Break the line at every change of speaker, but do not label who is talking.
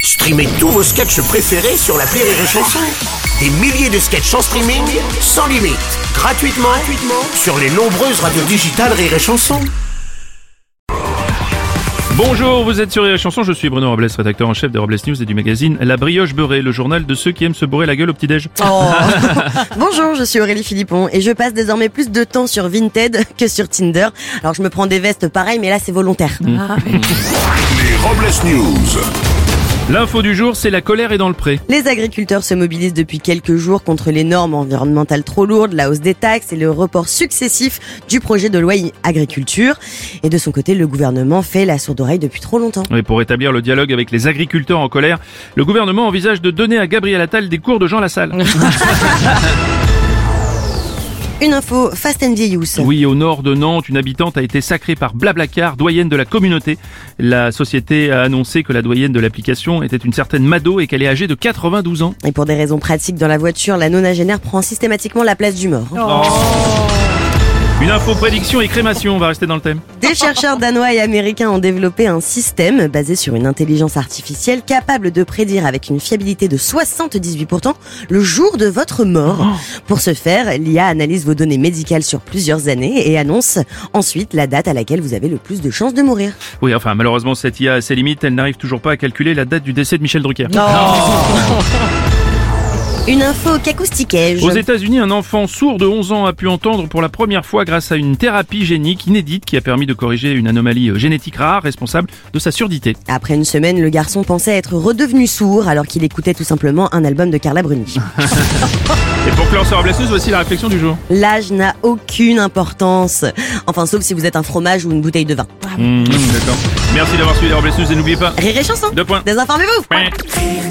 Streamez tous vos sketchs préférés sur la Rire et Chanson. Des milliers de sketchs en streaming, sans limite, gratuitement, gratuitement sur les nombreuses radios digitales Rire et Chanson.
Bonjour, vous êtes sur la chanson, je suis Bruno Robles, rédacteur en chef de Robles News et du magazine La Brioche Beurrée, le journal de ceux qui aiment se bourrer la gueule au petit-déj.
Oh. Bonjour, je suis Aurélie Philippon et je passe désormais plus de temps sur Vinted que sur Tinder. Alors je me prends des vestes pareilles, mais là c'est volontaire.
Les Robles News.
L'info du jour, c'est la colère est dans le pré.
Les agriculteurs se mobilisent depuis quelques jours contre les normes environnementales trop lourdes, la hausse des taxes et le report successif du projet de loi agriculture. Et de son côté, le gouvernement fait la sourde oreille depuis trop longtemps.
Et pour établir le dialogue avec les agriculteurs en colère, le gouvernement envisage de donner à Gabriel Attal des cours de Jean Lassalle.
Une info Fast and Vieillous.
Oui, au nord de Nantes, une habitante a été sacrée par Blablacar, doyenne de la communauté. La société a annoncé que la doyenne de l'application était une certaine Mado et qu'elle est âgée de 92 ans.
Et pour des raisons pratiques dans la voiture, la nonagénaire prend systématiquement la place du mort.
Une info prédiction et crémation, on va rester dans le thème.
Des chercheurs danois et américains ont développé un système basé sur une intelligence artificielle capable de prédire avec une fiabilité de 78% le jour de votre mort. Pour ce faire, l'IA analyse vos données médicales sur plusieurs années et annonce ensuite la date à laquelle vous avez le plus de chances de mourir.
Oui, enfin, malheureusement, cette IA a ses limites, elle n'arrive toujours pas à calculer la date du décès de Michel Drucker.
Une info qu'acoustiquais
Aux États-Unis, un enfant sourd de 11 ans a pu entendre pour la première fois grâce à une thérapie génique inédite qui a permis de corriger une anomalie euh, génétique rare responsable de sa surdité.
Après une semaine, le garçon pensait être redevenu sourd alors qu'il écoutait tout simplement un album de Carla Bruni.
Et pour clore ce Robles News, voici la réflexion du jour.
L'âge n'a aucune importance. Enfin, sauf si vous êtes un fromage ou une bouteille de vin.
Mmh, D'accord. Merci d'avoir suivi les Robles News et n'oubliez pas...
Rire et chanson
Deux points.
Désinformez-vous
Ouais.